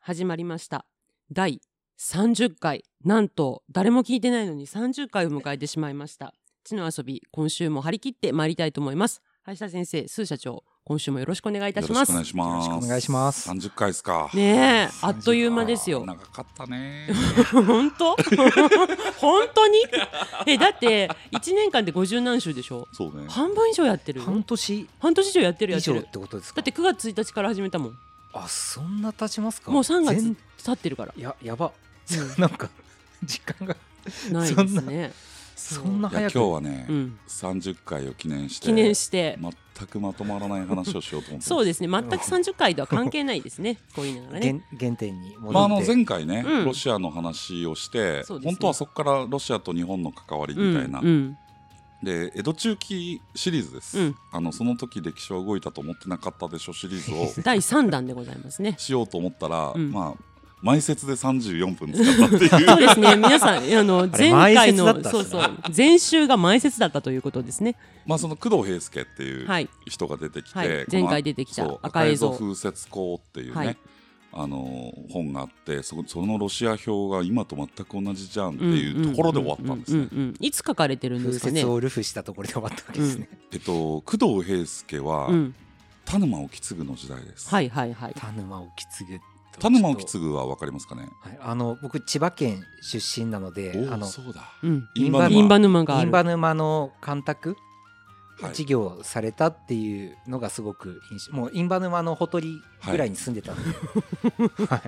始まりました第30回なんと誰も聞いてないのに30回を迎えてしまいました地の遊び今週も張り切って参りたいと思います林田先生スー社長今週もよろしくお願いいたしますよろしくお願いします。よろしくお願いします三十回ですか。ねえあっという間ですよ長かっ たね。本当 本当にえだって1年間で50何週でしょそうね。半分以上やってる半年半年以上やってるや以って上っるてことですかだって9月1日から始めたもんあそんな経ちますかもう3月全経ってるからいややば なんか時間がないですねそんないや今早日くはねうん三十、回を記念して記念して全くまとまらない話をしようと思ってま す。そうですね全く30回とは関係ないです ねこう言いながらね原原点に戻って、まあ、あの前回ね、うんロシアの話をして、そうですね本当はそこからロシアと日本の関わりうんみたいな、うんで江戸中期シリーズです、うんあのその時歴史は動いたと思ってなかったでしょシリー ズを第3弾でございます ねしようと思ったら、うんまあ前説で34分使った っていうそうですね皆さんあのあ前れ回の前説だったそんうですそねう前週が前説だったということです ねまあその工藤平介っていうはい人が出てきて、はいこの前回出てきたそう赤い像赤い風雪光っていうね、はいあのー本があってそそのロシア表が今と全く同じじゃんっていうところで終わったんですうね。ううんうんいつ書かれてるんですか風ね雪をルフしたところで終わったわけですね、えっと工藤平介は、うん田沼意次の時代です、はいはいはい田沼をきつぐ田沼意次はわかりますかねはい、あの僕千葉県出身なのでおあおのそうだうん印ま旛あイン沼バ沼があ印る旛沼の干拓はい事業されたっていうのがすごく印象もう印旛沼のほとりぐらいに住んでた んで、はい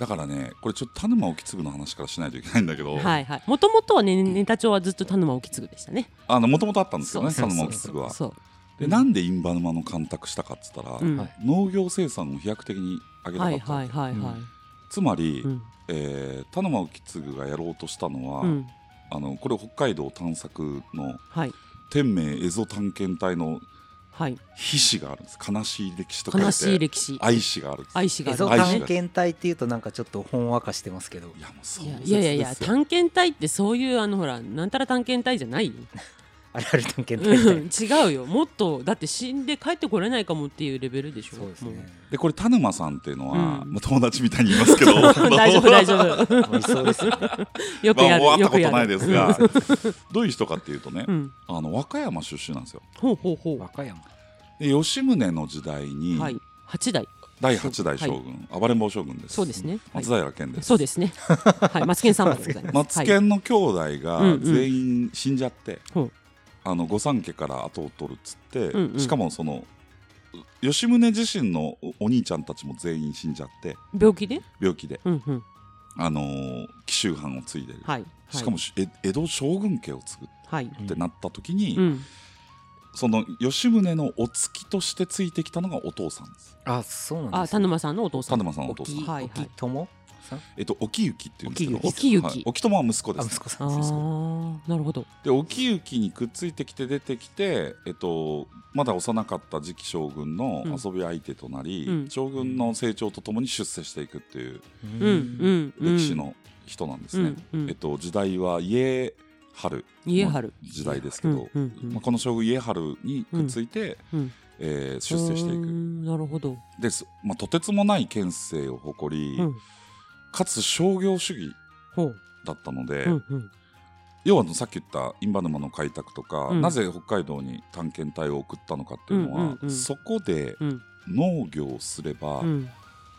だからねこれちょっと田沼意次の話からしないといけないんだけど、はいはいもともとはねネタ帳はずっと田沼意次でしたねあのもともとあったんですよねそう田そう沼意す次ぐは。そうでなんで印旛沼の干拓したかっつったら、うんははいい農業生産を飛躍的に上げたかはいったんですよ、はいはいつまり、うんえー田沼意次がやろうとしたのは、うんあのこれ北海道探索のはい天明蝦夷探検隊のはい碑誌があるんです悲しい歴史と書いて悲しい歴史愛史があるんです愛しがエあるゾ愛ねし探検隊っていうとなんかちょっとほんわかしてますけどいやもうそういやですいやいやいやですよ探検隊ってそういうあのほらなんたら探検隊じゃない よあれある探検隊みたういんな違うよもっとだって死んで帰ってこれないかもっていうレベルでしょそうですねでこれ田沼さんっていうのは、うんまあ、友達みたいに言います けどもう大丈夫大 丈夫もういそうですよねよくやるまあ、もよくう会ったやことないるですがどういう人かっていうとね、うんあの和歌山出身なんですよほうほうほ和歌山で吉宗の時代うに、はい八代第8代将軍、暴れん坊将軍ですそうですねはい松平健ですそうですねはいマツケンさんもでございま マすツはいケンの兄弟うんうがん全員死んじゃって、ほうあの御三家から後を取るっつって、うんうんしかもその吉宗自身のおお兄ちゃんたちも全員死んじゃって病気で病気で、うんうんあのー紀州藩を継いでる、はいはいしかもしえ江戸将軍家を継ぐはいってなった時に、うんその吉宗のお付きとしてついてきたのがお父さんですあそうなんあです田沼さんのお父さ田ん沼さんのおお父きさん、はいはいおきともさんえっと沖行っていうんですけど沖行はい沖友は息子であす息子さあんですねあなるほどで沖行にくっついてきて出てきて、えっと、まだ幼かった次期将軍のうん遊び相手となり、うん将軍の成長とともに出世していくっていうううんんうんうん歴史の人なんですね。うんうんえっと、時代は家春家春時代ですけど、うんうんうんまあ、この将軍家春にくっついて、うんえー出世していーうく。んなるほどです、まあ、とてつもない県政を誇り、うんかつ商業主義ほうだったので、うんうん要はあのさっき言った印旛沼の開拓とか、うんなぜ北海道に探検隊を送ったのかっていうのは、うんうんうんそこでうん農業をすれば、うん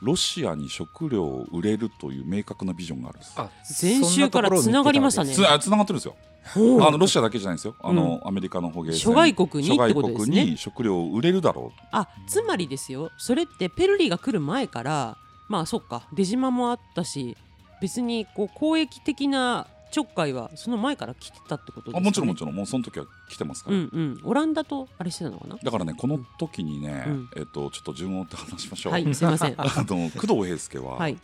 ロシアに食料を売れるという明確なビジョンがあるんです。あ前週から繋がりましたねつなつながってるんですよほうあのロシアだけじゃないんですよあの、アメリカの捕鯨船諸外国に諸ってこ外とです国ねに食料を売れるだろうあつまりですよそれってペルリが来る前からまあそっか出島もあったし別にこう公益的なちょっかいはその前から来てたってことですあか、ね、もちろんもろちろんもうその時は来てますかうら、んうんオランダとあれしてたのかなだからねこの時にね、うんえっとちょっと順を追って話しましょう、はいすいま せんはあの工藤平介は、い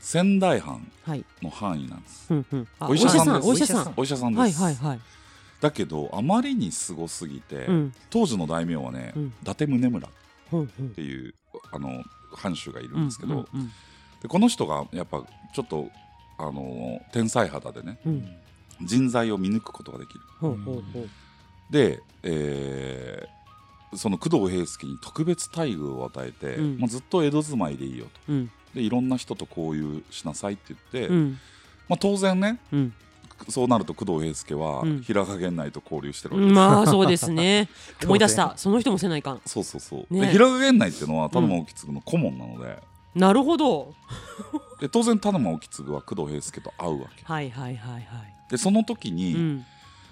仙台藩はいの範囲なんですうんうんあお医者さんですお医者さんお医者さんお医者さんです、はいはいはいだけどあまりにすごすぎて、うん当時の大名はね、うん伊達宗村っほうほうていうあの藩主がいるんですけど、うんうんでこの人がやっぱちょっとあの天才肌でねうんうん人材を見抜くことができるほうほうほうで、えーその工藤平介に特別待遇を与えて、うんまあ、ずっと江戸住まいでいいよとうんでいろんな人と交友しなさいって言って、うんまあ、当然ねうんそうなると工藤平介はうん平賀源内と交流してるわけです、まあそうです ね然思い出したその人もせないかんそうそうそう、ねで平賀源内っていうのは田沼興継の顧問なので,、なるほどで当然田沼興継は工藤平介と会うわけはいはいはいはいでその時に、うん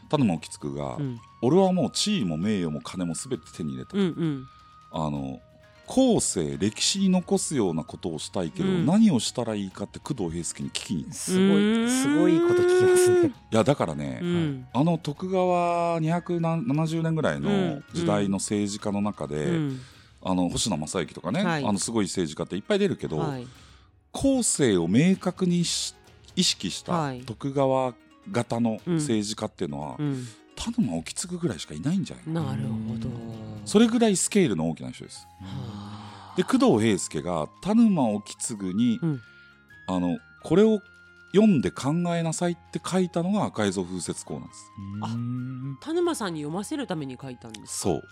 田沼興継が、うん俺はもう地位も名誉も金も全て手に入れた」うんうんあの後世歴史に残すようなことをしたいけど、うん何をしたらいいかって工藤平介に聞きに行くすごいすごいこと聞きますね。いやだからね、うんあの徳川270年ぐらいの時代の政治家の中で、うんあの星野正幸とかね、はいあのすごい政治家っていっぱい出るけど、はい後世を明確にし意識したはい徳川型の政治家っていうのは、うん田沼興継ぐらいしかいないんじゃないかな、なるほどそれぐらいスケールの大きな人です。はあで工藤平介が田沼を貢ぐに、うんあのこれを読んで考えなさいって書いたのが赤い蔵風雪講なんです。あうん田沼さんに読ませるために書いたんですそう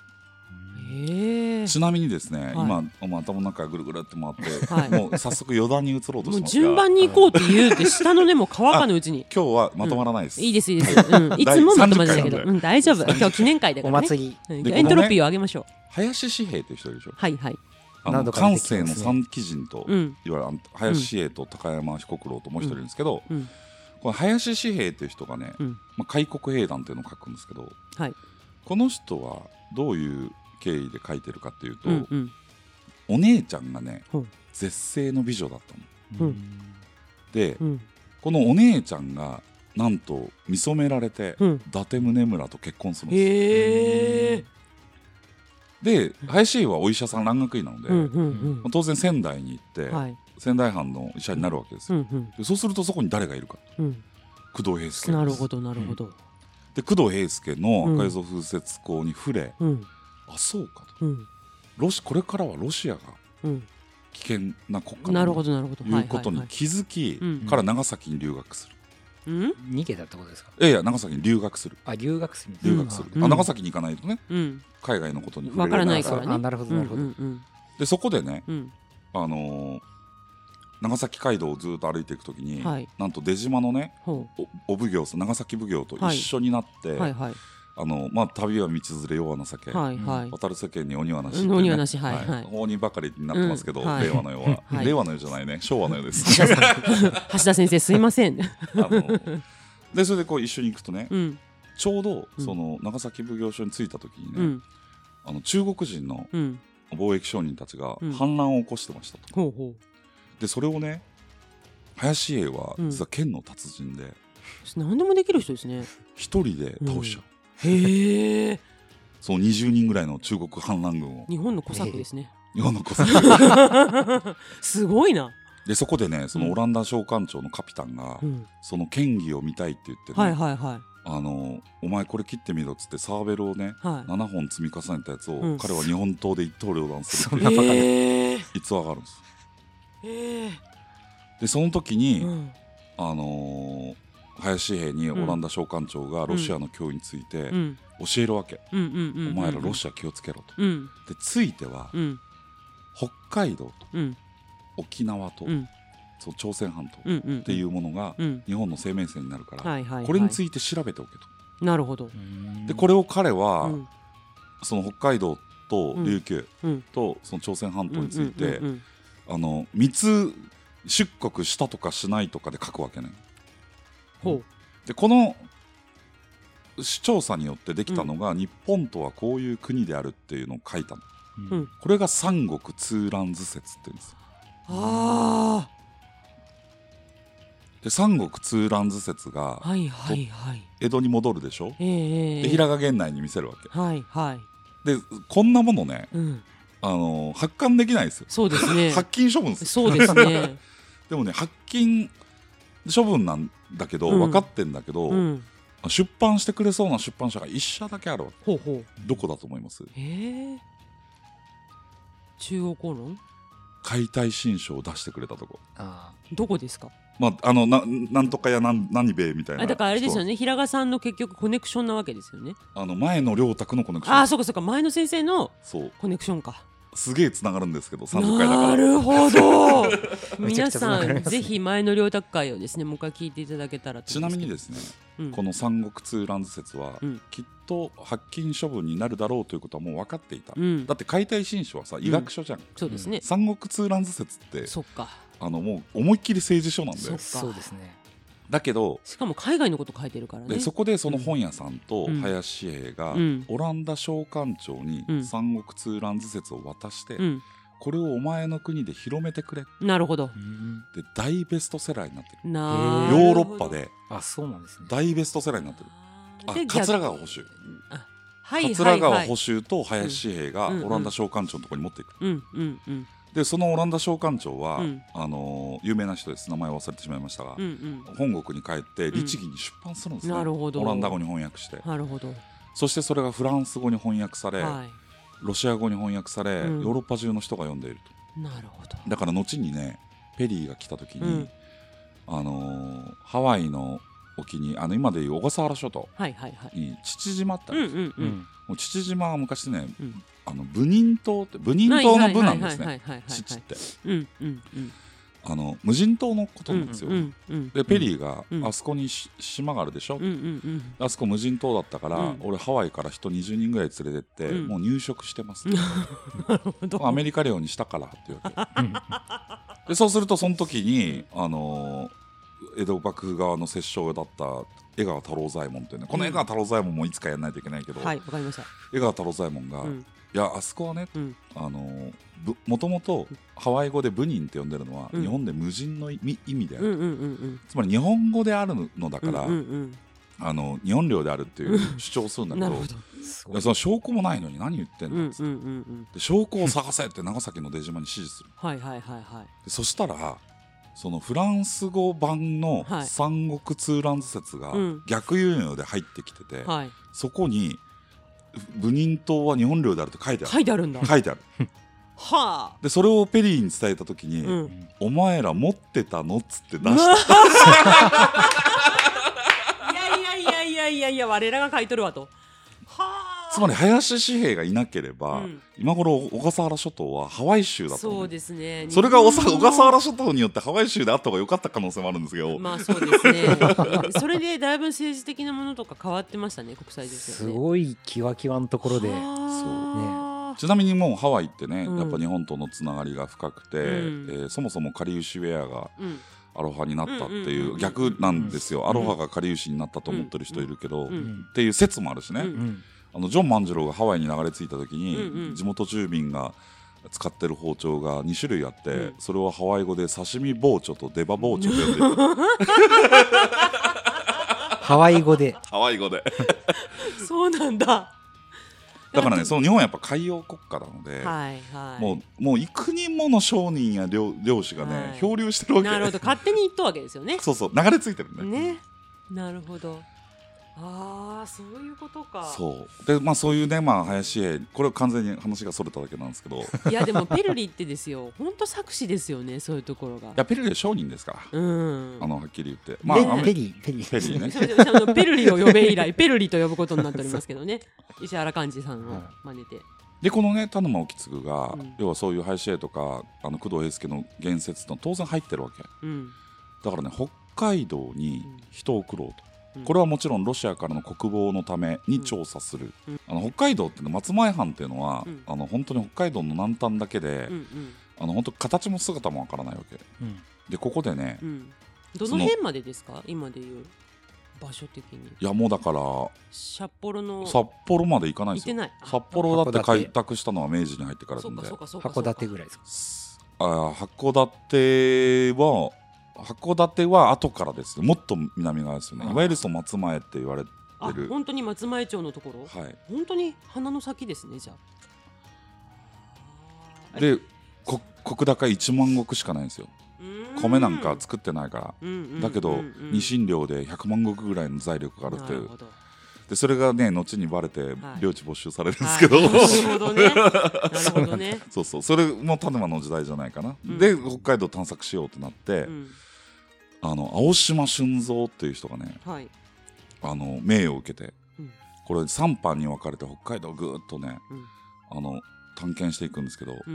へえちなみにですね、はい今お前頭の中ぐるぐるって回って、はいもう早速余談に移ろうともうしてますが順番に行こうって言うて下のねもう乾かぬうちに今日はまとまらないです、いいですいい です、うん、いつもまとまってたけど、第30回なんでうん、大丈夫今日記念会だかおらね、祭りうんでエントロピーを上げましょう、林紙幣という人いるでしょはいはいあ何の度か出関てきますね西の三鬼人と、ういんわゆるあの林紙幣と高山彦九郎ともう一人いるんですけど、うんこの林紙幣という人がね、うんまあ、開国兵団っていうのを書くんですけど、はいこの人はどういう経緯で書いてるかっていうと、うんうんお姉ちゃんがね、ほう絶世の美女だったうの。んで、うんこのお姉ちゃんがなんと見初められて、うん伊達宗村と結婚するんですよへえで林家はお医者さん蘭学医なので、うんうんまあ当然仙台に行って、うんはい仙台藩の医者になるわけですうよ、んでそうするとそこに誰がいるかうんうん工藤平助なるほどどなるほどで工藤平助の赤い蔵風雪講に触れ、うんあそうかとうんロシこれからはロシアがうん危険な国家なるだとほどなるほどいうことにはい気づき、うんから長崎に留学する、はいはい逃げたってことですか。いやいや長崎に留学するあ留学するみたい留な学する、うんあ長崎に行かないとねうんうん海外のことに触れわからないらからねあなるほどうんなうんるほうど。んでそこでね、うんあのー長崎街道をずっと歩いていくときに、はいなんと出島のねほおお奉行さん長崎奉行と一緒になって、うはいはいあのまあ、旅は道連れ世は情け、はいはい渡る世間に鬼はなしっていううん鬼はなしはいはい法人ばかりになってますけど、うんはい令和の世は、はい令和の世じゃないね昭和の世です 橋田先生すいません あのでそれでこう一緒に行くとね、うんちょうどうんその長崎奉行所に着いた時にね、うんあの中国人のうん貿易商人たちがうん反乱を起こしてましたと、ほうほうでそれをね林英はうん実は剣の達人で何でもできる人ですね一人で倒しちゃう、へえその20人ぐらいの中国反乱軍を日本の小作ですね日本の 子さんすごいなでそこでねそのオランダ商館長のカピタンが、うんその剣技を見たいって言ってね、はいはいはいあのお前これ切ってみろっつってサーベルをねはい7本積み重ねたやつを、うん彼は日本刀で一刀両断するってそんなバカなええ逸話があるんですえでその時に、えうんあのー林兵にオランダ商館長がロシアの脅威についてうん教えるわけ、うんうんうんうんお前らロシア気をつけろと、うんでついては、うん北海道とうん沖縄と、うんその朝鮮半島うんうんっていうものがうん日本の生命線になるから、はいはいはいこれについて調べておけと。なるほどでこれを彼うは、んその北海道と琉球うんとその朝鮮半島について、うんうんうんあの密出国したとかしないとかで書くわけね。ほでこの調査によってできたのが、日本とはこういう国であるっていうのを書いたのううんんこれが三国通乱図説っていうんですようあで三国通乱図説あがはいはいはい江戸に戻るでしょ、ええええで平賀源内に見せるわけはいはいでこんなものね、うんあのー発刊できないですよそうです ね発禁処分ですそうです ねでもね発禁処分なんだけど、うん分かってんだけど、うん出版してくれそうな出版社が一社だけあるわけほうほうどこだと思いますええ中央公論解体新書を出してくれたとこあどこですかまああのななんとかやなん何べえみたいなあだからあれですよねね平賀さんの結局コネクションなわけですよねあの前の良卓のコネクションああそうかそうか前の先生のそうコネクションかすげえつながるんですけど30回だからなるほ どめちゃ皆くちゃ繋さがりますねんぜひ前の領卓会をですねもう一回聞いていただけたらとち思なうんみにすけどですね、うんこの三国ツーランズ説は、うんきっと発禁処分になるだろうということはもう分かっていた、うんだって解体新書はさ医学書じゃん、そうですね、三国ツーランズ説ってそっかあのもう思いっきり政治書なんだそようそうですねだけどしかも海外のこと書いてるからねでそこでその本屋さんとうん林英が、うんオランダ商館長にうん三国ツーランズ説を渡して、うんこれをお前の国で広めてくれっなるほどうんて大ベストセラーになってるなへーヨーロッパであそうなんですね大ベストセラーになってるあで桂川保守あはいは桂いは川い補修と林英がうんうんオランダ商館長のところに持っていく、うんうんうんでそのオランダ商館長は、うんあのー有名な人です名前忘れてしまいましたが、うん本国に帰って律儀に出版するんですね、なるほどオランダ語に翻訳してうんなるほど、そしてそれがフランス語に翻訳され、はロシア語に翻訳され、うんヨーロッパ中の人が読んでいるいなるほどとだから後にねペリーが来た時に、うんあのーハワイの沖にあの今でいう小笠原諸島はいはいはいに父島ってうあんうるんですよんうんもう父島は昔ね、うんあの部人島って無人島の部なんですはいねはいはいはいはいはい父ってうんうんうんあの無人島のことうなんんですよ、うんうんでペリーが、うんあそこにし島があるでしょ、うんうんあそこ無人島だったから、うん俺ハワイから人20人ぐらい連れてって、うんもう入植し てます、うんどうアメリカ領にしたからっていうわけうん でそうするとその時に、あのー江戸幕府側の摂政だった江川太郎左衛門というねこの江川太郎左衛門もいつかやらないといけないけど、はいわかりました江川太郎左衛門が、うんいやあそこはね、うんあのーぶもともとハワイ語で「ブニン」って呼んでるのは、うん日本で無人の意味意味であうる、んうんうんうんつまり日本語であるのだから、うんうんあの日本領であるっていう主張をするんうだんけなどるほどすいごやいその証拠もないのに何言ってんうんの、うんでうんうん証拠を探せって長崎の出島に指示するはいはいはいはいでそしたらそのフランス語版のはい三国ツーランズ説がうん逆輸入で入ってきてて、はいそこに「武人島は日本領である」って書いてある書いてあるんだ書いてあるはあでそれをペリーに伝えた時に、うんお前ら持ってたの?」っつって出うしわていやいやいやいやいやいや我らが買い取るわとはあつまり林紙幣がいなけれうば、ん今頃小笠原諸島はハワイ州だと思そううですねそれがおさ日小本の笠原諸島によってハワイ州であった方が良かった可能性もあるんですけど、まあそうですね それでだいぶ政治的なものとか変わってましたね国際情勢すはねごいキワキワのところではあちなみにもうハワイってね、うんやっぱ日本とのつながりが深くて、うんえーそもそもかりゆしウェアがうんアロハになったっていうんうんうんううん逆なんですよ、んアロハがかりゆしになったと思ってる人いるけうんど、うっんねていう説もあるしね、うんうんあのジョン万次郎がハワイに流れ着いた時に、うんうん地元住民が使ってる包丁が2種類あって、うんそれをハワイ語で刺身包丁とデバ包丁で 呼んでるハワイ語でハワイ語でそうなんだだからねその日本はやっぱ海洋国家なので、はいはいもうもう幾人もの商人や漁漁師がね、はい漂流してるわけなるほど勝手に言ったわけですよね そうそう流れ着いてるねねなるほどああそういうことかそうでまあそういうねまあ林家これは完全に話がそれただけなんです けどいいやでもペルリってですよ本当作詞ですよねそういうところがやペルリは商人ですから、うんあのはっきり言ってまあペアメペリーペリーペリーねすいませんあのペルリを呼べ以来 ペルリと呼ぶことになっておりますけどね石原幹事さんを真似てでこのね田沼意次が、うん要はそういう林家とかあの工藤英介の言説の当然入ってるわけうんだからね北海道に人を送ろうと。うんこれはもちろんロシアからの国防のために調査する、あの北海道っていうのは松前藩っていうのは、うんあの本当に北海道の南端だけで、うんうんあの本当形も姿もわからないわけうんでここでね、うんどそのの辺までですか今でいう場所的にいやもうだから札幌の札幌まで行かな行いでっすてよないあ札幌だって函館開拓したのは明治に入ってからなそうんかでそうかそうか函館ぐらいですかすあー函館は函館は後からですよもっと南側ですよねいわゆるその松前って言われてある本当に松前町のところはい本当に鼻の先ですねじゃあでこ石高1万石しかないんですよ米なんか作ってないから、だけど二進料で100万石ぐらいの財力があるっていうどでそれがね後にバレてはい領地没収されるんですけど、はいなるほどねなるほどね そうそうそれも田沼の時代じゃないかな、うんで北海道探索しようってなって、うんあの青島俊三っていう人がねはいあの名誉を受けて、うんこれ3班に分かれて北海道をぐーっとねうんあの探検していくんですけど、うー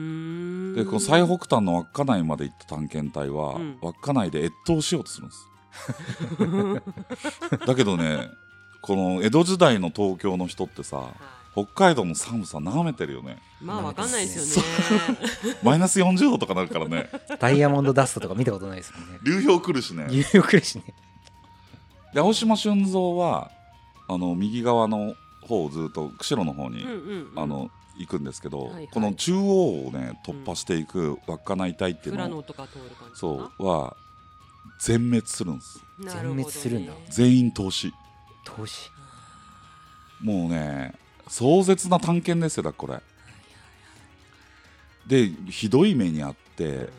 んでこの最北端の稚内まで行った探検隊は、うん稚内で越冬しようとするんです だけどねこの江戸時代の東京の人ってさは北海道の寒さ舐めてるよねいまあわかんないですよね。マイナス40度とかなるか らねダイヤモンドダストとか見たことないですも んね流氷来るしねニューヨークだしねで青島俊三はあの右側の方をずっと釧路の方に、うんうんうんあの行くんですけど、はいはいこの中央をね突破していく稚内隊っていう富良の野とか通る感じかなそうは全滅するんですなるほどね全滅するんだ全員投資投資もうね壮絶な探検ですよだこれでひどい目にあって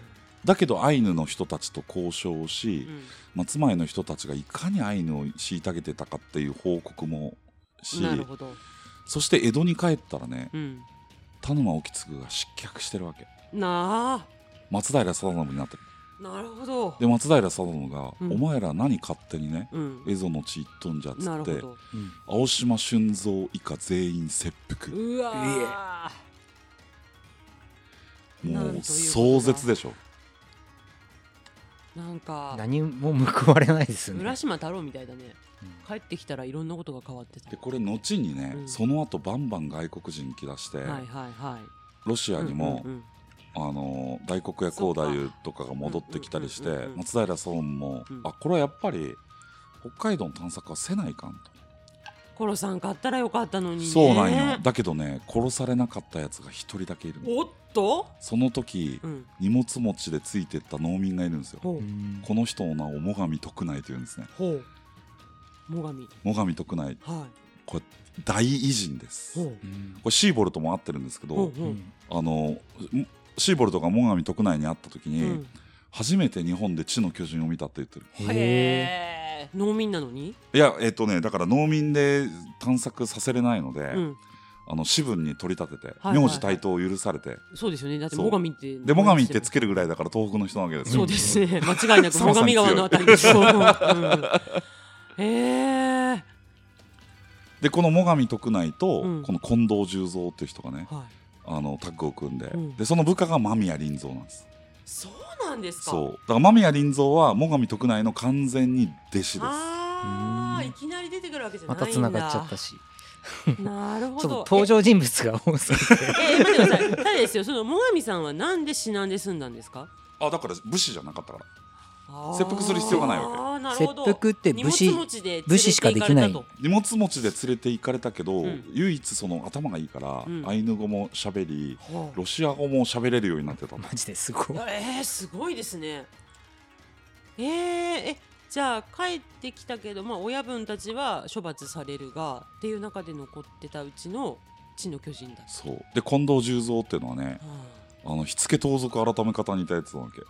だけどアイヌの人たちと交渉をし、うん松前の人たちがいかにアイヌを虐げてたかっていう報告もしなるほど、そして江戸に帰ったらねうん、田沼意次が失脚してるわけなあ松平定信になってるなるほどで松平定信が、うんお前ら何勝手にねうん、蝦夷の地行っとんじゃ」っなつるっほてどうん青島俊三以下全員切腹うわいえあもなんということうだ壮絶でしょなんか何も報われないですよね浦島太郎みたいだねうん帰ってきたらいろんなことが変わってたでこれ後にね、うんその後バンバン外国人来だして、はいはいはいロシアにも、うんうんうんあの大黒屋光太夫とかが戻ってきたりしてそうかうんうんうんうん松平総務も、うんあこれはやっぱり北海道の探索はせないかんと、コロさん買ったらよかったのにねそうなんよだけどね殺されなかったやつが一人だけいるのおっとその時、うん荷物持ちでついてった農民がいるんですよほううんこの人の名を最上徳内というんですねほう最上最上徳内はこれ大偉人ですいほこううんれシーボルトも会ってるんですけど、ほうほううんあのんシーボルトが最上徳内に会った時うに、ん初めて日本で地の巨人を見たって言ってるへへえ農民なのにいやえっとねだから農民で探索させれないので、うんあの私文に取り立てて、いはいはい名字対等を許されてそうですよねだってそう最上ってで最上ってつけるぐらいだから東北の人なわけですそようです ね、間違いなく最寒さ上に強い川のあたりでし ょう。うんへえ、でこの最上徳内と、うんこの近藤十三っていう人がねはあのタッグを組んで,、うんでその部下が間宮林三なんですい。そうなんですか。そうだから間宮林三は最上徳内の完全に弟子ですああ、うんいきなり出てくるわけじゃないんまだ。た繋がっちゃったしなるほちょっど。と登場人物が多すぎてえ。ええ待ってください。ただですよ、その最上さんはなんで死なんで済んだんですか。あだから武士じゃなかったからあー切腹する必要がないわけあーなるほど切腹って武士荷物持ちで連れて行かれたと武士しかできない荷物持ちで連れて行かれたけど、うん唯一その頭がいいから、うんアイヌ語も喋りはロシア語も喋れるようになってたとマジですごいあえー、すごいですね。えー、えじゃあ帰ってきたけど、まあ、親分たちは処罰されるがっていう中で残ってたうちの地の巨人だ。そうで近藤十三っていうのはねはあの火付け盗賊改め方にいたやつなわけ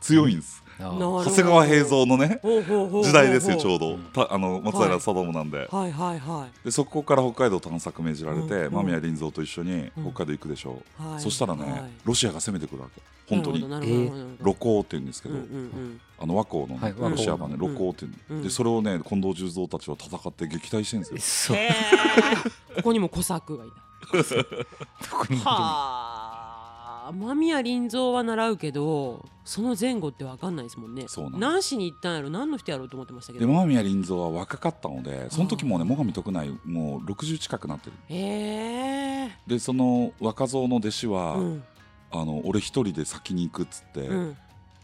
強いんです、ああなるほど長谷川平蔵のねほうほうほうほう時代ですよちょううどんたあの松平定信なんで,、はいはいはでそこから北海道探索命じられて、うん間宮林三と一緒にうん北海道行くでしょい。う、はい、そしたらね、はいロシアが攻めてくるわけ本当になるほどなるほどなるほど露光っていうんですけうんど、うんあの和光の、ねは和い光ロシア版ねうん露光っていう、うんでそれをね近藤十三たちは戦って撃退してるんですうよそん。うへー ここにもコサクがいた。どこにいるのはあ。間宮林蔵は習うけどその前後ってわかんないですもんねそうなんです何しに行ったんやろ何の人やろうと思ってましたけでど間宮林三は若かったのでその時もね最上徳内もう60近くなってるええでその若造の弟子は、うんあの俺一人で先に行くっつって、うん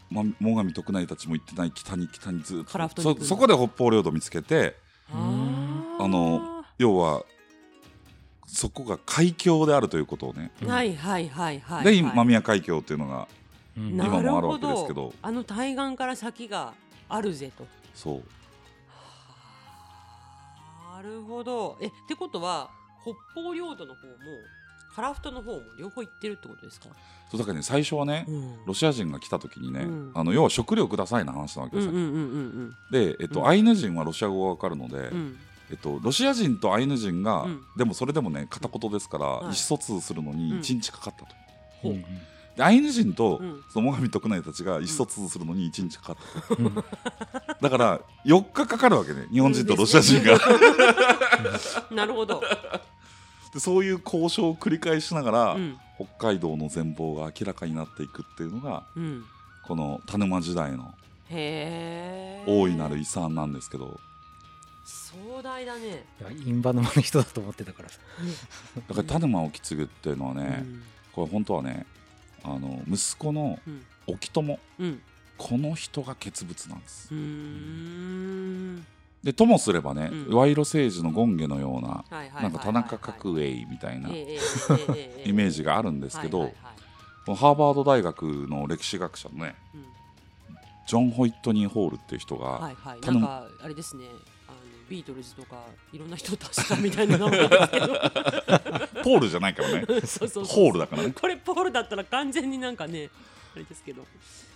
ま、最上徳内たちも行ってない北に北にずっ樺と太に行くんそだそこで北方領土見つけてーあの要はそこが海峡であるということをね、はいはいはいはい、で今間宮海峡っていうのがうんな今もあるわけほですけどあの対岸から先があるぜとそうはあなるほどえってことは北方領土の方も樺太の方も両方行ってるってことですか、そうだからね最初はね、んロシア人が来た時にね、うんあの要は食料くださいな話なわけうでんすうよ、んうんうんで、えっとうんアイヌ人はロシア語がわかるので、うんうんえっと、ロシア人とアイヌ人が、うんでもそれでもね片言ですから、い意思疎通するのうんに1日かかったと、ほうでアイヌ人と、うんその最上徳内たちが意思疎通するのに1日かかったうんうんと、だから4日かかるわけね日本人とロシア人が、 なるほどでそういう交渉を繰り返しながら、うん北海道の全貌が明らかになっていくっていうのがうんこの田沼時代のへえ大いなる遺産なんですけど壮大だね、いやインバ沼の人だと思ってたからさだから田沼意次っていうのはうね、んこれ本当はねあの息子のうん沖友うんこの人が傑物なんですうーんでともすればね、うん賄賂政治の権下のようなはいはいはいはいなんか田中角栄みたいなええイええええええメージがあるんですけはどいはいはいこのハーバード大学の歴史学者のねうんジョン・ホイットニー・ホールっていう人が、はいはい、な頼むんかあれですねあのビートルズとかいろんな人を足したみたいな名前です けどポールじゃないからね そうそうそうホールだからねこれポールだったら完全になんかねあれですけど、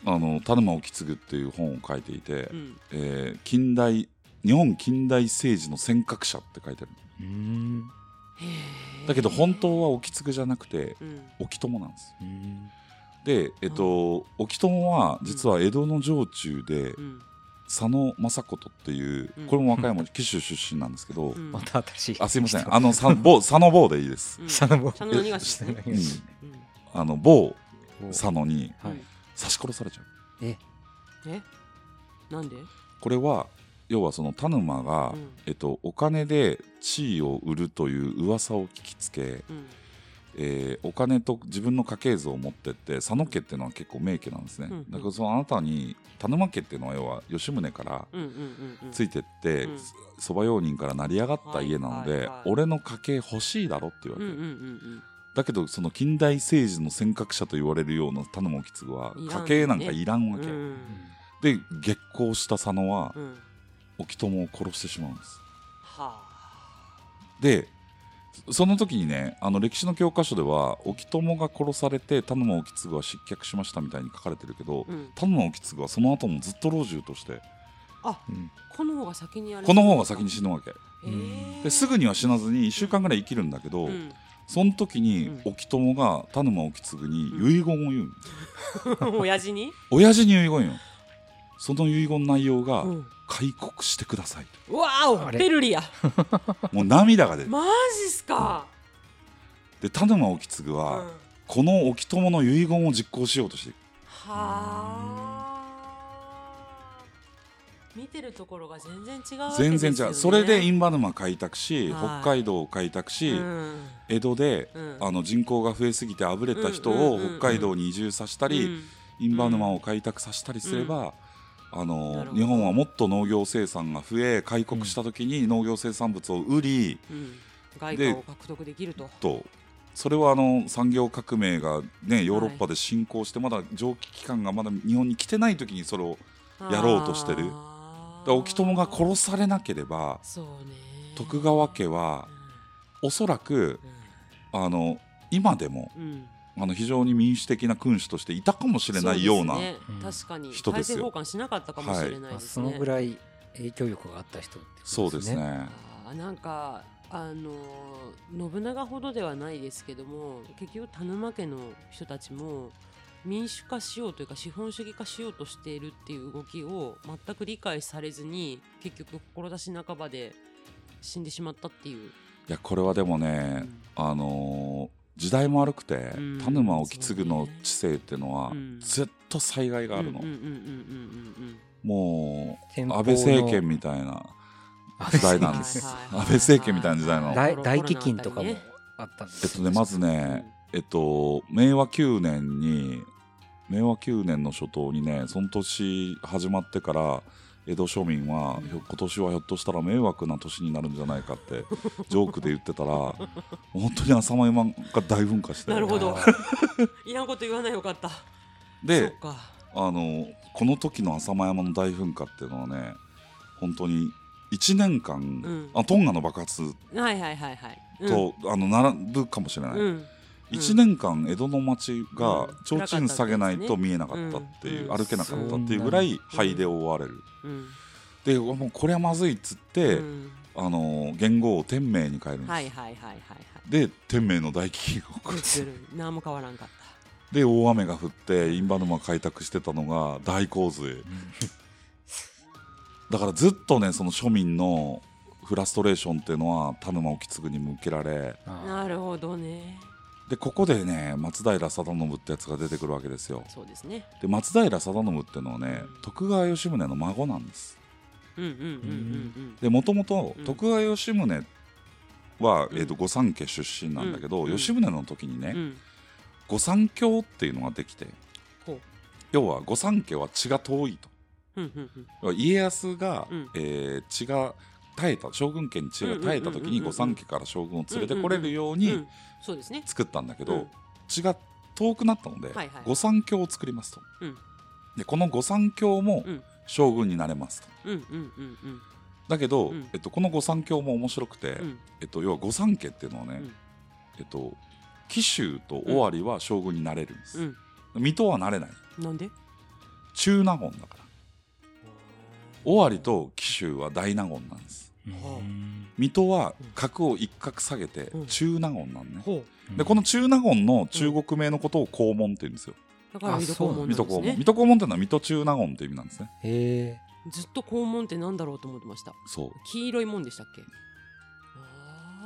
あの田沼意次っていう本を書いていて、うん、えー近代日本近代政治の尖閣者って書いてあるうーんへーだけど本当は意次じゃなくてうん沖友なんですうーんで、えっと、沖友は実は江戸の城中でうん佐野正琴っていううんこれも和歌山 九州出身なんですけど、うんまた新しいあすいませんああのさ某佐野坊でいいです、うん佐野も佐野何がしですねうんうんあの某お佐野にはい刺し殺されちゃうええなんで、これは要はその田沼が、うんえっと、お金で地位を売るという噂を聞きつけ、うんえーお金と自分の家系図を持ってって佐野家っていうのは結構名家なんですね、うんうんだからそのあなたに田沼家っていうのは要は吉宗からうんうんうんうん、ついてって、うんそば用人から成り上がった家なので、はいはいはい俺の家系欲しいだろって言わうんうれんて、うんだけどその近代政治の尖閣者と言われるような田沼意次らはいんね家系なんかいらんうわんけ、うんで激高した佐野はうんは沖友を殺してしまうんですあでその時にねあの歴史の教科書では沖友が殺されて田沼意次は失脚しましたみたいに書かれてるけど、うん田沼意次はその後もずっと老中としてうんこの方が先にあれこの方が先に死ぬわけへーですぐには死なずに1週間ぐらい生きるんだけど、うんその時にうん沖友が田沼意次にうん遺言を言 う、親父に、親父に遺言よその遺言の内容がうん、 「開国してくださいわおあれペルリアと」もう涙が出るマジっすか、で田沼意次うん、は、はこの沖友の遺言を実行しようとしていくあ見てるところが全然違うわけ全ですよ、然ね、違うそれでインバ沼開拓しはい北海道を開拓し、うん江戸で、うんあの人口が増えすぎてあぶれた人うをんうんうんうん北海道に移住させたり、うんインバ沼を開拓させたりすれば、あなのるほど日本はもっと農業生産が増え開国した時に農業生産物を売り、うん外貨を獲得できるととそれはあの産業革命が、ね、ヨーロッパで進行してまだ蒸気機関がまだ日本に来てない時にそれをやろうとしてるあーだから沖友が殺されなければそうね徳川家はおそらくあの今でもうんうんあの非常に民主的な君主としていたかもしれないようなそですねうん確かに人大ですよ政奉還しなかったかもしれないまあですそね、のぐらい影響力があった人ってそうことですねあーなんかあのー信長ほどではないですけども結局田沼家の人たちも民主化しようというか資本主義化しようとしているっていう動きを全く理解されずに結局志半ばで死んでしまったっていう。いやこれはでもね、あのー時代も悪くて、うん田沼意次の治世っていうのは、うんずっと災害があるの、うんうんうんうんうんうんも天う保の安倍政権みたいな時代なんですはいは安いはいはい倍政権みたいな時代なのはい大大飢饉とかもあったんですえっとねまずね、えっと明和9年に明和9年の初頭にねその年始まってから江戸庶民は、うんひょ今年はひょっとしたら迷惑な年になるんじゃないかって ジョークで言ってたら本当に浅間山が大噴火してなるほどあいらんこと言わないよかった。そでうかあのこの時の浅間山の大噴火っていうのはね本当に1年間、んあトンガの爆発はいはいはいはい。うん、と、あの並ぶかもしれない、うん1年間江戸の町うがん提灯下げないと見えなかったっていう、うん歩けなかったっていうぐらい灰で覆われる、うんでもうこれはまずいっつって、うんあの元号を天明に変えるんです、はいはいはいはいはい。で天明の大飢饉が起こる映る何も変わらんかったで大雨が降って印旛沼開拓してたのが大洪水だからずっとねその庶民のフラストレーションっていうのは田沼意次に向けられなるほどねでここでね松平定信ってやつが出てくるわけですよそうですねで松平定信っていうのはね徳川吉宗の孫なんですうんうんうんうんでもともとうん徳川吉宗は、うんえー、と御三家出身なんだけど、うん吉宗の時にね、うんうん御三教っていうのができてほう要は御三家は血が遠いとうんうんうん要は家康が、うんえー血が耐えた将軍家に血が耐えた時うんうんうんうんにうん御三家から将軍を連れてこれるようにんそうですね作ったんだけけど、血が遠くなったので、はいはい御三教を作りますと、うんでこの御三教もうん将軍になれますとうんうんうんうんだけど、うんえっと、この御三教も面白くて、うんえっと、要は御三家っていうのはね、うんえっと紀州と尾張は将軍になれるんです、うん水戸はなれないなんで中納言だから尾張と紀州は大納言なんです水戸は格を一角下げてうん中納言なんね、ほでこの中納言の中国名のことを黄門って言うんですよ、うだから水戸黄門水な戸んです黄門ね水戸黄門っていうのは水戸中納言って意味なんですねへえずっと肛門ってなんだろうと思ってましたそう黄色いもんでしたっけ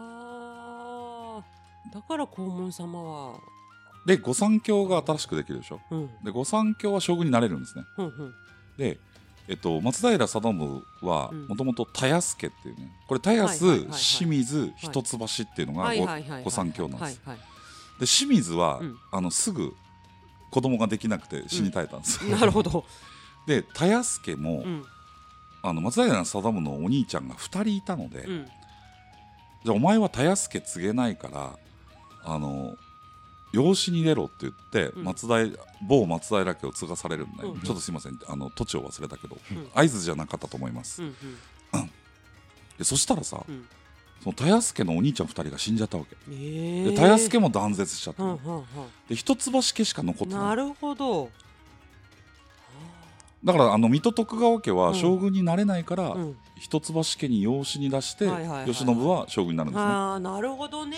あーだから黄門様はで御三教が新しくできるでしょうんで御三教は将軍になれるんですねうんうんで、えっと、松平定信はうんもともと田安家っていうねこれ田安、はいはいはいはい清水一橋っていうのがご,、はいはいはいはいご三兄なんです、はいはで清水は、うんあのすぐ子供ができなくて死に絶えたんです、いなるほど、 で田安家うも、んあの松平定信のお兄ちゃんが2人いたので、うん、じゃあお前は田安家継げないからあの養子に出ろって言って、うん松平某松平家を継がされるんで、うんちょっとすいませんあの土地を忘れたけど、ん合図じゃなかったと思います、うんでそしたらさ、うんうんその田安家のお兄ちゃん2人が死んじゃったわけ、えーで田安家も断絶しちゃったうの、んうんで一橋家しか残うっんてなないるほどだからあの水戸徳川家は将軍になれないから、うん一橋家に養子に出して、はいはいはいはい慶喜は将軍になるんですねああなるほどね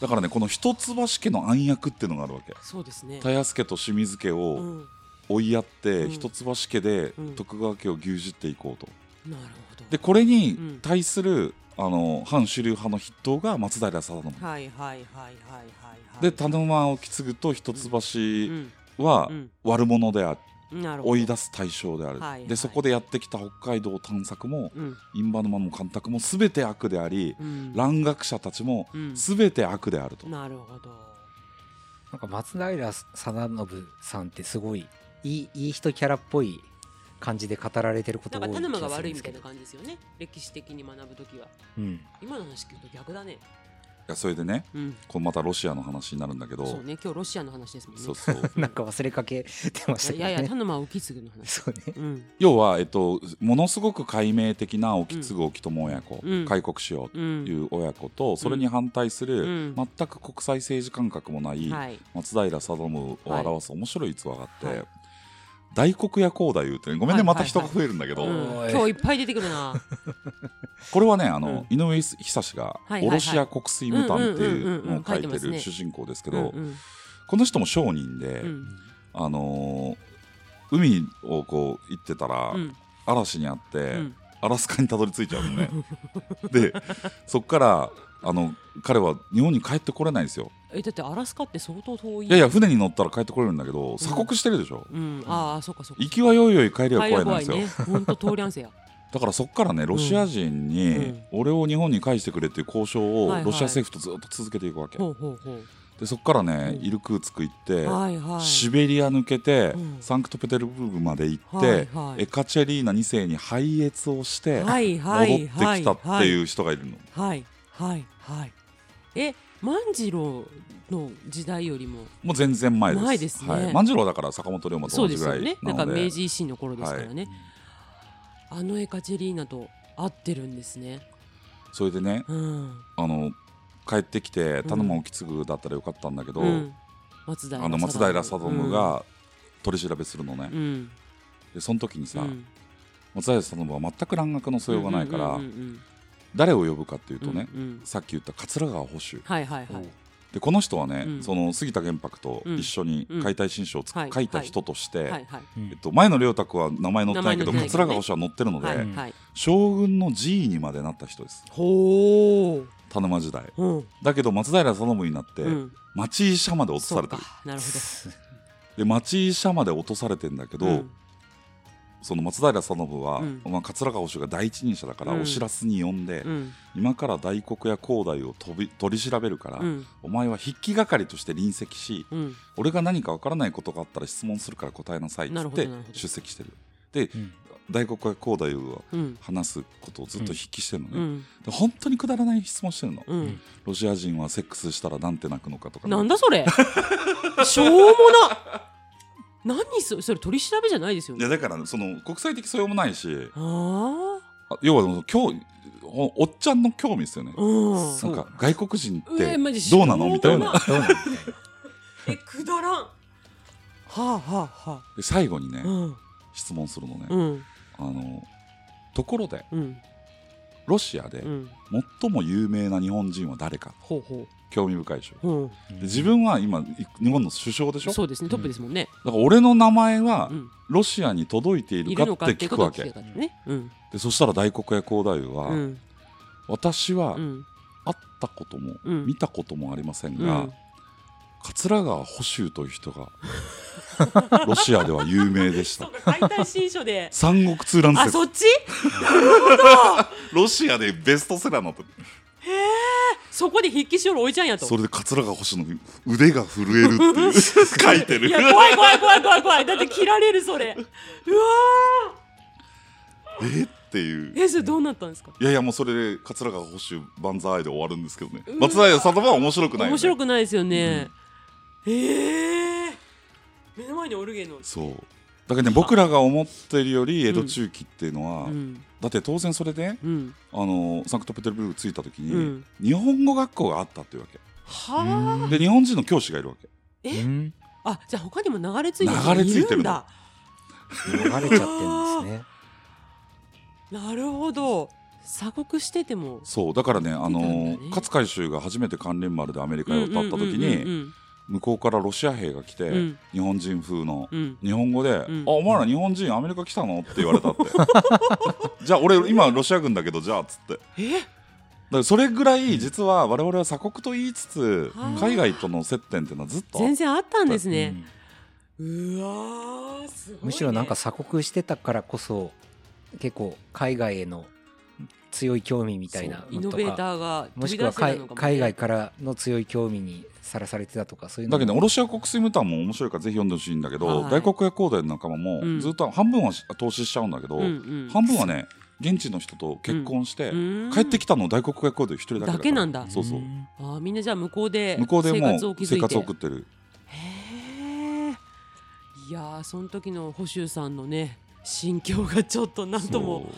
だからねこの一橋家の暗躍っていうのがあるわけそうですね田安家と清水家うをん追いやって、うん一橋家でうん徳川家を牛耳っていこうとなるほどでこれうにん対する、あの反主流派の筆頭が松平定信、はいはいはいはいはいはいで田沼意次と一う橋んはうん悪者であるなるほど追い出す対象である、はいはいでそこでやってきた北海道探索もうん印旛沼も干拓も全て悪であり、うん蘭学者たちもうん全て悪であると、なるほどなんか松平定信さんってすごいいいいい人キャラっぽい感じで語られてるこなとんかが多い田気沼ががす悪るんいでみすたいけなど、感じですよね歴史的に学ぶときはうん、今の話聞くと逆だねいやそれでねうんこれまたロシアの話になるんだけどそうね今日ロシアの話ですもんねそうそうなんか忘れかけてましたけどねいやいや田沼浮継の話そうねうん要は、えっと、ものすごく解明的な興津興友親子、うん開国しよううといんう親子と、それに反対する、うん全く国際政治感覚もない、はい松平定信を表す面白い逸話があって、はい大黒屋光太夫というごめんね、はいまた人が増えるんだけど、うんおい今日いっぱい出てくるなこれはねあの、井上久志がはいはいは「いおろし屋国水無探」っていうのを書うんうんうんうん書いていまてすねる主人公ですけうんど、うんこの人も商人で、うんあのー海をこう行ってたら、うん嵐にあって、うんアラスカにたどり着いちゃうのねでそっからあの彼は日本に帰ってこれないんですよえだってアラスカって相当遠いいやいや船に乗ったら帰ってこれるんだけど鎖国してるでしょ、うんああそうかそうか行きはよいよい帰りは体怖力怖いいなんですよ、ね本当通りゃんせ やだからそっからねロシア人に、うん俺を日本に返してくれっていう交渉はをいはいロシア政府とずっと続けていくわけ、ほうほうほでそっからね、うんイルクーツク行って、うはいはいシベリア抜けて、うんサンクトペテルブルクまで行って、はいはいエカチェリーナ2世に拝謁をして、はいはい戻ってきたっていう人がいるの、はいはいはいえ万次郎の時代よりももう全然前です前ですねはい、万次郎はだから坂本龍馬とそう同でじすぐらよいねなだのかでら明治維新の頃ですからね、あのエカチェリーナと合ってるんですねそれでねうん、あの帰ってきて田沼意次だったらよかったんだけど、うん、松平あの松平定信が取り調べするのね、うんうんでその時にさ、うん松平定信は全く蘭学の素養がないから、うんうんうんうん誰を呼ぶかっていうとね、うんうんさっき言った桂川保守はいはいはいででこの人はね、うんその杉田玄白と一緒にうん解体新書をつ、うんはい書いた人として、はいはいえっと、前の良太君は名前載ってないけど名前載って桂ない川星は載ってるので、はいんはい将軍の寺位にまでなった人ですほう田沼時代うんだけど松平定信になって、うん町医者まで落とそさうれてかるなるほどで町医者まで落とされてんだけど、うんその松平定信は、うんまあ、桂川星が第一人者だから、うんお知らせに呼んで、うん今から大黒や高台を飛び取り調べるから、うんお前は筆記係として臨席しうん俺が何か分からないことがあったら質問するから答えなさいっなつるっほどてなるほど出席してるうん大黒や高台をうん話すことをずっと筆記してるのね、うんで本当にくだらない質問してるの、うんロシア人はセックスしたらなんて泣くのかとかね、なんだそ れしょうもな何それそれ取り調べじゃないですよいやねだからその国際的素養もないしあああ要はその興おおっちゃんの興味ですよね、うんなんか外国人っうえてマジどうなのみたいしょうもなないどうなんみたいなえくだらんはあはあはで最後にね、あうん質問するのね、うんあのところでうんロシアでうん最も有名な日本人は誰かほうほ興味深いでしょううんで自分は今い日本の首相でしょそうですねトップですもんねだから俺の名前はうんロシアに届いていいるるかのっかてって聞こくとわを聞けけばねうんでそしたら大黒屋光太夫は、うん私はうん会ったこともうん見たこともありませんうが、ん桂川補修という人が ロシアでは有名でしそたうか解体新書 で三国通なんあですそよっちロシアでベストセラーになってるそこで筆記書を置いちゃうんやとそれで桂川補修の腕が震えるっ ていう書いてるいや怖い怖い怖い怖い怖いだって切られるそ れうわーえっていうえそれどうなったんですかいやいやもうそれで桂川保守万歳で終わるんですけどねうわ松平定は面白くないよ、ね、面白くないですよね、ええ目の前にオルゲンのそうだからね僕らが思ってるより江戸中期っていうのは、うんだって当然それでうんあのサンクトペテルブルク着いた時に、うん日本語学校があったっていうわけはあで日本人の教師がいるわけえうんあじゃあ他にも流れ着いてる流れ着いてるのるんだ流れちゃってるんですねなるほど鎖国しててもそうだからねあの出たんだね勝海舟が初めて関連丸でアメリカへ渡った時うにん向こうからロシア兵が来て、うん日本人風のうんうん日本語で、んあお前ら日本人アメリカ来たのって言わ れたってじゃあ俺今ロシア軍だけどじゃあっつってだかうんえらそれぐらい実は我々は鎖国と言いつつ、はあ海外との接点っていうのはずっとあっ全然あったんですうねんうわーすごい、ね、むしろなんか鎖国してたからこそ結構海外への強い興味みたいなイのノとベーかターがも飛びしく出はせた海のかも、ね、海外からの強い興味にさらされてたとかそういうのだけどね、ロシア国粋無胆も面白いからぜひ読んでほしいんだけど、はい大黒屋高台の仲間もうんずっと半分は投資しちゃうんだけど、うんうん半分はね現地の人と結婚して、うん帰ってきたの大黒屋高台一人だけだからだけなんだそうそうあーみんなじゃあ向こうで向こうで生も活をう築いて生活を送ってるへえいやーその時の保守さんのね心境がちょっとなんとも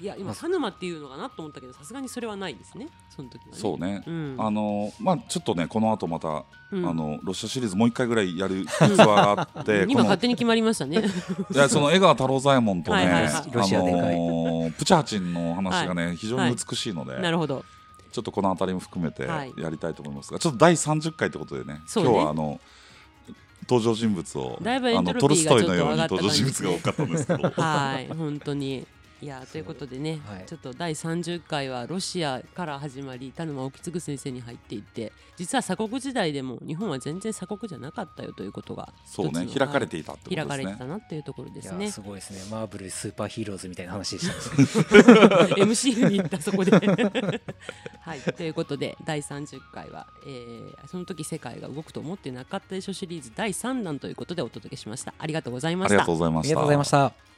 いや今まあ鹿沼っていうのかなと思ったけどさすがにそれはないですねその時はねそうそうね、うん、あのまあちょっとねこの後またうんあのロシアシリーズもう一回ぐらい やるツアーがあって今この勝手に決まりました ねいやその江川太郎左衛門とね、はいはいはいあのーロシアでかいプチャーチンの話がね、非常に美しいので、なるほどちょっとこの辺りも含めてはやいりたいと思いますが、ちょっと第30回ということでねそうね今日はあの登場人物をだいぶエあントのロトルピスーがトイちょっのとように上がった感じですね登場人物が多かったんですけどはい本当にいやーということでね、はいちょっと第30回はロシアから始まり田沼興次先生に入っていって実は鎖国時代でも日本は全然鎖国じゃなかったよということがそ うね一つの開かれていたってこと開かですれてねた。なっていうところでいすやね。 すごいですねマーブルスーパーヒーローズみたいな話で したね MCU に行ったそこで。 はい、ということで第30回は、えーその時世界が動くと思ってなかったでしょ」シリーズ第3弾ということでお届けしました。ありがとうございあましりがたとうございあまりしがとうございたまし。た